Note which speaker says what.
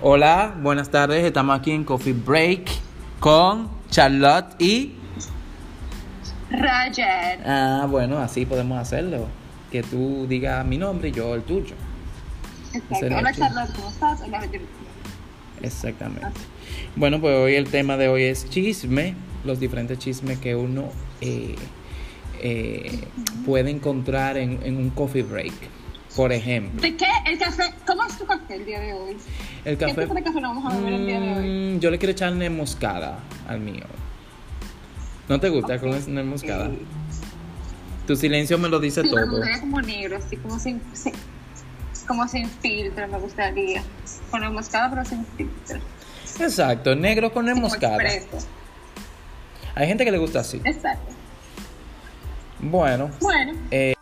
Speaker 1: Hola, buenas tardes. Estamos aquí en Coffee Break con Charlotte y.
Speaker 2: Roger.
Speaker 1: Ah, bueno, así podemos hacerlo. Que tú digas mi nombre y yo el tuyo.
Speaker 2: Exacto.
Speaker 1: Ese
Speaker 2: Hola
Speaker 1: es
Speaker 2: Charlotte, ¿cómo estás? Hola Roger.
Speaker 1: Exactamente. Bueno, pues hoy el tema de hoy es chisme, los diferentes chismes que uno eh, eh, puede encontrar en, en un coffee break. Por ejemplo,
Speaker 2: ¿De qué? El café. ¿Cómo es tu café el día de hoy?
Speaker 1: el
Speaker 2: ¿Qué
Speaker 1: café.
Speaker 2: tipo de café nos vamos a beber el día de hoy?
Speaker 1: Mm, yo le quiero echar nuez moscada al mío. ¿No te gusta con
Speaker 2: Ok.
Speaker 1: nuez moscada?
Speaker 2: Eh,
Speaker 1: Tu silencio me lo dice
Speaker 2: Sí, me
Speaker 1: todo.
Speaker 2: gustaría como negro, así como sin, sin- como sin filtro, me gustaría. Con la moscada, pero sin filtro.
Speaker 1: Exacto, negro con nuez
Speaker 2: Como
Speaker 1: moscada.
Speaker 2: expreso.
Speaker 1: Hay gente que le gusta así.
Speaker 2: Exacto.
Speaker 1: Bueno,
Speaker 2: Bueno,